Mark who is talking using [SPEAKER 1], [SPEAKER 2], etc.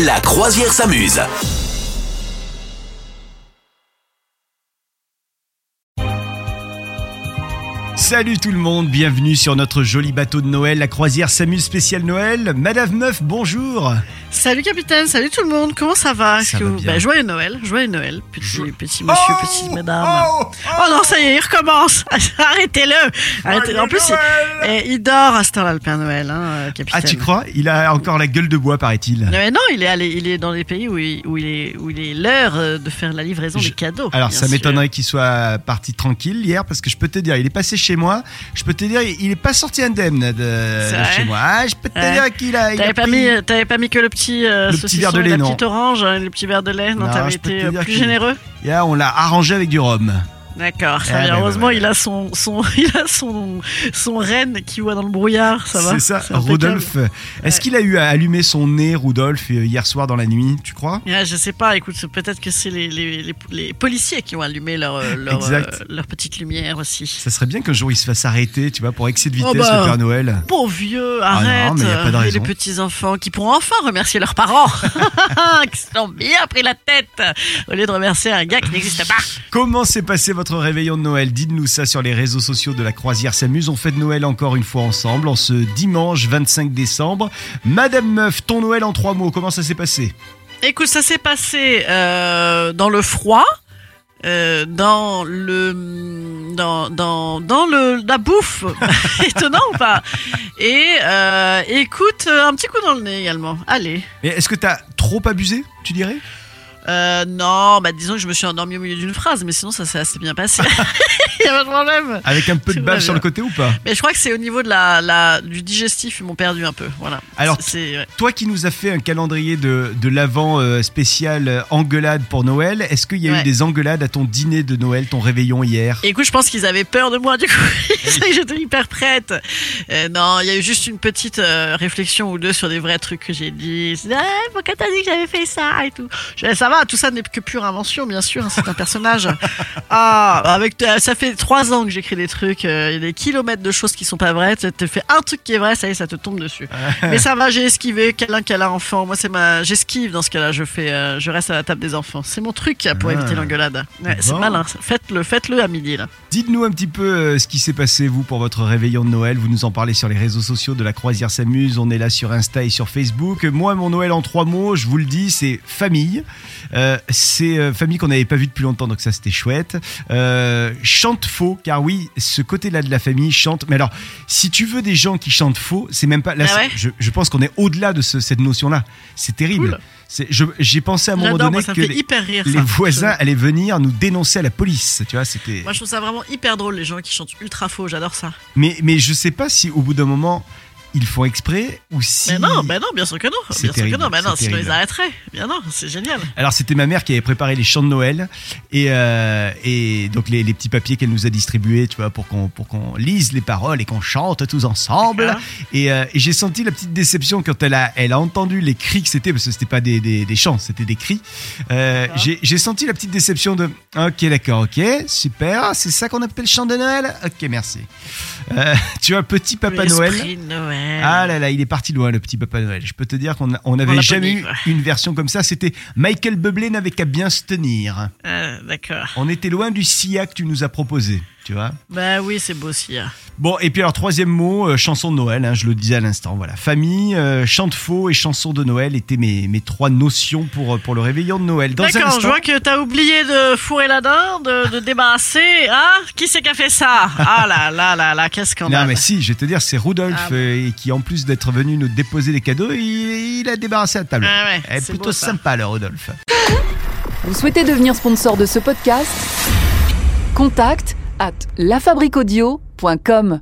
[SPEAKER 1] La croisière s'amuse.
[SPEAKER 2] Salut tout le monde, bienvenue sur notre joli bateau de Noël, la croisière s'amuse spéciale Noël. Madame Meuf, bonjour.
[SPEAKER 3] Salut capitaine, salut tout le monde, comment ça va Est-ce
[SPEAKER 2] Ça
[SPEAKER 3] que
[SPEAKER 2] va
[SPEAKER 3] vous-
[SPEAKER 2] bien.
[SPEAKER 3] Ben, Joyeux Noël, joyeux Noël, petit, petit
[SPEAKER 2] Oh
[SPEAKER 3] monsieur, petite madame.
[SPEAKER 2] Oh,
[SPEAKER 3] Oh non, ça y est, il recommence Arrêtez-le Arrêtez-le. En plus, il, eh, il dort à ce temps-là, le Père Noël, hein, euh, capitaine.
[SPEAKER 2] Ah, tu crois Il a encore la gueule de bois, paraît-il.
[SPEAKER 3] Mais non, il est, allé, il est dans des pays où il, où il est où il est l'heure euh, de faire la livraison
[SPEAKER 2] Je-
[SPEAKER 3] des cadeaux.
[SPEAKER 2] Alors,
[SPEAKER 3] bien
[SPEAKER 2] ça
[SPEAKER 3] sûr.
[SPEAKER 2] m'étonnerait qu'il soit parti tranquille hier, parce que je peux te dire, il est passé chez moi. Je peux te dire, il est pas sorti indemne de,
[SPEAKER 3] C'est
[SPEAKER 2] de
[SPEAKER 3] vrai
[SPEAKER 2] chez moi. Ah, je peux te
[SPEAKER 3] Ouais.
[SPEAKER 2] dire qu'il a. il a
[SPEAKER 3] T'avais pas,
[SPEAKER 2] pris-
[SPEAKER 3] mis, euh, t'avais pas mis que le petit, euh,
[SPEAKER 2] Le petit
[SPEAKER 3] saucisson
[SPEAKER 2] verre de
[SPEAKER 3] et
[SPEAKER 2] lait,
[SPEAKER 3] la
[SPEAKER 2] non.
[SPEAKER 3] petite orange, hein, et le petit verre de lait, non,
[SPEAKER 2] Non,
[SPEAKER 3] t'avais
[SPEAKER 2] je peux
[SPEAKER 3] été
[SPEAKER 2] te
[SPEAKER 3] euh,
[SPEAKER 2] dire
[SPEAKER 3] plus
[SPEAKER 2] qu'il-
[SPEAKER 3] généreux
[SPEAKER 2] Et là, on l'a arrangé avec du rhum.
[SPEAKER 3] D'accord, ça
[SPEAKER 2] Ah,
[SPEAKER 3] vient.
[SPEAKER 2] ben,
[SPEAKER 3] heureusement
[SPEAKER 2] ouais, ouais.
[SPEAKER 3] il a son son il a son son renne qui voit dans le brouillard, ça va.
[SPEAKER 2] C'est ça,
[SPEAKER 3] impeccable.
[SPEAKER 2] Rodolphe. Est-ce qu'il a eu à allumer son nez, Rodolphe, euh, hier soir dans la nuit, tu crois
[SPEAKER 3] Ouais, je sais pas, écoute, peut-être que c'est les, les, les, les policiers qui ont allumé leur, euh, leur,
[SPEAKER 2] Exact.
[SPEAKER 3] euh, leur petite lumière aussi.
[SPEAKER 2] Ça serait bien qu'un jour il se fasse arrêter, tu vois, pour excès de vitesse,
[SPEAKER 3] Oh bah.
[SPEAKER 2] le Père Noël.
[SPEAKER 3] Bon vieux,
[SPEAKER 2] Ah non,
[SPEAKER 3] arrête.
[SPEAKER 2] mais y a pas de
[SPEAKER 3] euh, et
[SPEAKER 2] raison.
[SPEAKER 3] les petits enfants qui pourront enfin remercier leurs parents. qui se sont bien pris la tête. Au lieu de remercier un gars qui n'existe pas.
[SPEAKER 2] Comment s'est passé votre réveillon de Noël Dites-nous ça sur les réseaux sociaux de la Croisière s'amuse. On fête Noël encore une fois ensemble en ce dimanche 25 décembre. Madame Meuf, ton Noël en trois mots, comment ça s'est passé
[SPEAKER 3] Écoute, ça s'est passé euh, dans le froid, euh, dans le dans dans dans le la bouffe, étonnant ou pas Et euh, écoute, euh, un petit coup dans le nez également. Allez.
[SPEAKER 2] Mais est-ce que t'as trop abusé, tu dirais
[SPEAKER 3] Euh, non, bah disons que je me suis endormie au milieu d'une phrase, mais sinon ça s'est assez bien passé. Il y a pas de problème.
[SPEAKER 2] Avec un peu de
[SPEAKER 3] Tout
[SPEAKER 2] bave
[SPEAKER 3] va
[SPEAKER 2] sur
[SPEAKER 3] bien.
[SPEAKER 2] le côté ou pas
[SPEAKER 3] Mais je crois que c'est au niveau de la, la du digestif, ils m'ont perdu un peu. Voilà.
[SPEAKER 2] Alors,
[SPEAKER 3] c'est ouais.
[SPEAKER 2] Toi qui nous as fait un calendrier de, de l'avant euh, spécial euh, engueulade pour Noël, est-ce qu'il y a eu
[SPEAKER 3] Ouais.
[SPEAKER 2] des engueulades à ton dîner de Noël, ton réveillon hier
[SPEAKER 3] Et écoute, je pense qu'ils avaient peur de moi, du coup, ils savaient que j'étais hyper prête. Euh, non, il y a eu juste une petite euh, réflexion ou deux sur des vrais trucs que j'ai dit. C'est, Ah, pourquoi t'as dit que j'avais fait ça et tout Je dis, Ça va, tout ça n'est que pure invention, bien sûr, hein, c'est un personnage. ah, avec euh, ça fait trois ans que j'écris des trucs, euh, il y a des kilomètres de choses qui sont pas vraies. Tu te fais un truc qui est vrai, ça y est, ça te tombe dessus. Mais ça va, j'ai esquivé, câlin, câlin, enfant. Moi, c'est ma, j'esquive dans ce cas-là. Je fais, euh, je reste à la table des enfants. C'est mon truc pour
[SPEAKER 2] Ah.
[SPEAKER 3] éviter l'engueulade. Ouais, C'est
[SPEAKER 2] Bon.
[SPEAKER 3] malin. Faites-le, faites-le à midi là.
[SPEAKER 2] Dites-nous un petit peu euh, ce qui s'est passé, vous, pour votre réveillon de Noël. Vous nous en parlez sur les réseaux sociaux de la Croisière s'amuse. On est là sur Insta et sur Facebook. Moi, mon Noël en trois mots, je vous le dis, c'est famille. Euh, c'est euh, famille qu'on n'avait pas vue depuis longtemps, donc ça, c'était chouette. Euh, chante faux, car oui, ce côté-là de la famille chante. Mais alors, si tu veux des gens qui chantent faux, c'est même pas. Là,
[SPEAKER 3] Ah
[SPEAKER 2] c'est-
[SPEAKER 3] ouais
[SPEAKER 2] je, je pense qu'on est au-delà de ce- cette notion-là. C'est terrible.
[SPEAKER 3] Cool.
[SPEAKER 2] C'est- je- J'ai pensé à un moment
[SPEAKER 3] J'adore,
[SPEAKER 2] donné
[SPEAKER 3] moi, ça me
[SPEAKER 2] que
[SPEAKER 3] fait
[SPEAKER 2] les,
[SPEAKER 3] hyper rire.
[SPEAKER 2] les
[SPEAKER 3] ça.
[SPEAKER 2] voisins allaient venir nous dénoncer à la police. Tu vois, c'était.
[SPEAKER 3] Je- Moi, je trouve ça vraiment hyper drôle, les gens qui chantent ultra faux, j'adore ça.
[SPEAKER 2] Mais, mais je sais pas si au bout d'un moment ils font exprès ou si.
[SPEAKER 3] Mais non, ben non, bien sûr que non.
[SPEAKER 2] C'est
[SPEAKER 3] Bien sûr que
[SPEAKER 2] terrible,
[SPEAKER 3] non, ben non,
[SPEAKER 2] c'est
[SPEAKER 3] sinon
[SPEAKER 2] terrible.
[SPEAKER 3] ils arrêteraient. Bien non, c'est génial.
[SPEAKER 2] Alors c'était ma mère qui avait préparé les chants de Noël et, euh, et donc les, les petits papiers qu'elle nous a distribués, tu vois, pour qu'on pour qu'on lise les paroles et qu'on chante tous ensemble.
[SPEAKER 3] D'accord.
[SPEAKER 2] Et, euh, et j'ai senti la petite déception quand elle a elle a entendu les cris que c'était parce que c'était pas des, des, des chants, c'était des cris. Euh,
[SPEAKER 3] D'accord.
[SPEAKER 2] j'ai j'ai senti la petite déception de ok d'accord ok super c'est ça qu'on appelle chant de Noël ok merci. Euh, tu vois petit papa
[SPEAKER 3] L'esprit
[SPEAKER 2] Noël.
[SPEAKER 3] de Noël.
[SPEAKER 2] Ah là là, il est parti loin, le petit Papa Noël. Je peux te dire qu'on on
[SPEAKER 3] On
[SPEAKER 2] n'avait
[SPEAKER 3] l'a pas
[SPEAKER 2] jamais
[SPEAKER 3] dit,
[SPEAKER 2] eu
[SPEAKER 3] ouais.
[SPEAKER 2] une version comme ça. C'était Michael Bublé n'avait qu'à bien se tenir.
[SPEAKER 3] Ah, D'accord.
[SPEAKER 2] On était loin du SIA que tu nous as proposé, tu vois.
[SPEAKER 3] Bah oui, c'est beau aussi. hein.
[SPEAKER 2] Bon, et puis alors, troisième mot, euh, chanson de Noël, hein, je le disais à l'instant. Voilà, famille, euh, chante faux et chanson de Noël étaient mes, mes trois notions pour, euh, pour le réveillon de Noël. Dans un
[SPEAKER 3] D'accord, je
[SPEAKER 2] instant,
[SPEAKER 3] vois que t'as oublié de fourrer la dinde, de, de débarrasser. Ah, qui c'est qui a fait ça Ah là là là là, qu'est-ce qu'on
[SPEAKER 2] Non
[SPEAKER 3] a.
[SPEAKER 2] mais si, je vais te dire, c'est Rudolf
[SPEAKER 3] Ah bon.
[SPEAKER 2] euh, qui en plus d'être venu nous déposer des cadeaux, il, il a débarrassé la table.
[SPEAKER 3] Ah ouais,
[SPEAKER 2] Eh,
[SPEAKER 3] c'est
[SPEAKER 2] plutôt
[SPEAKER 3] beau, ça.
[SPEAKER 2] sympa le Rudolf.
[SPEAKER 4] Vous souhaitez devenir sponsor de ce podcast Contact à lafabriquaudio.com.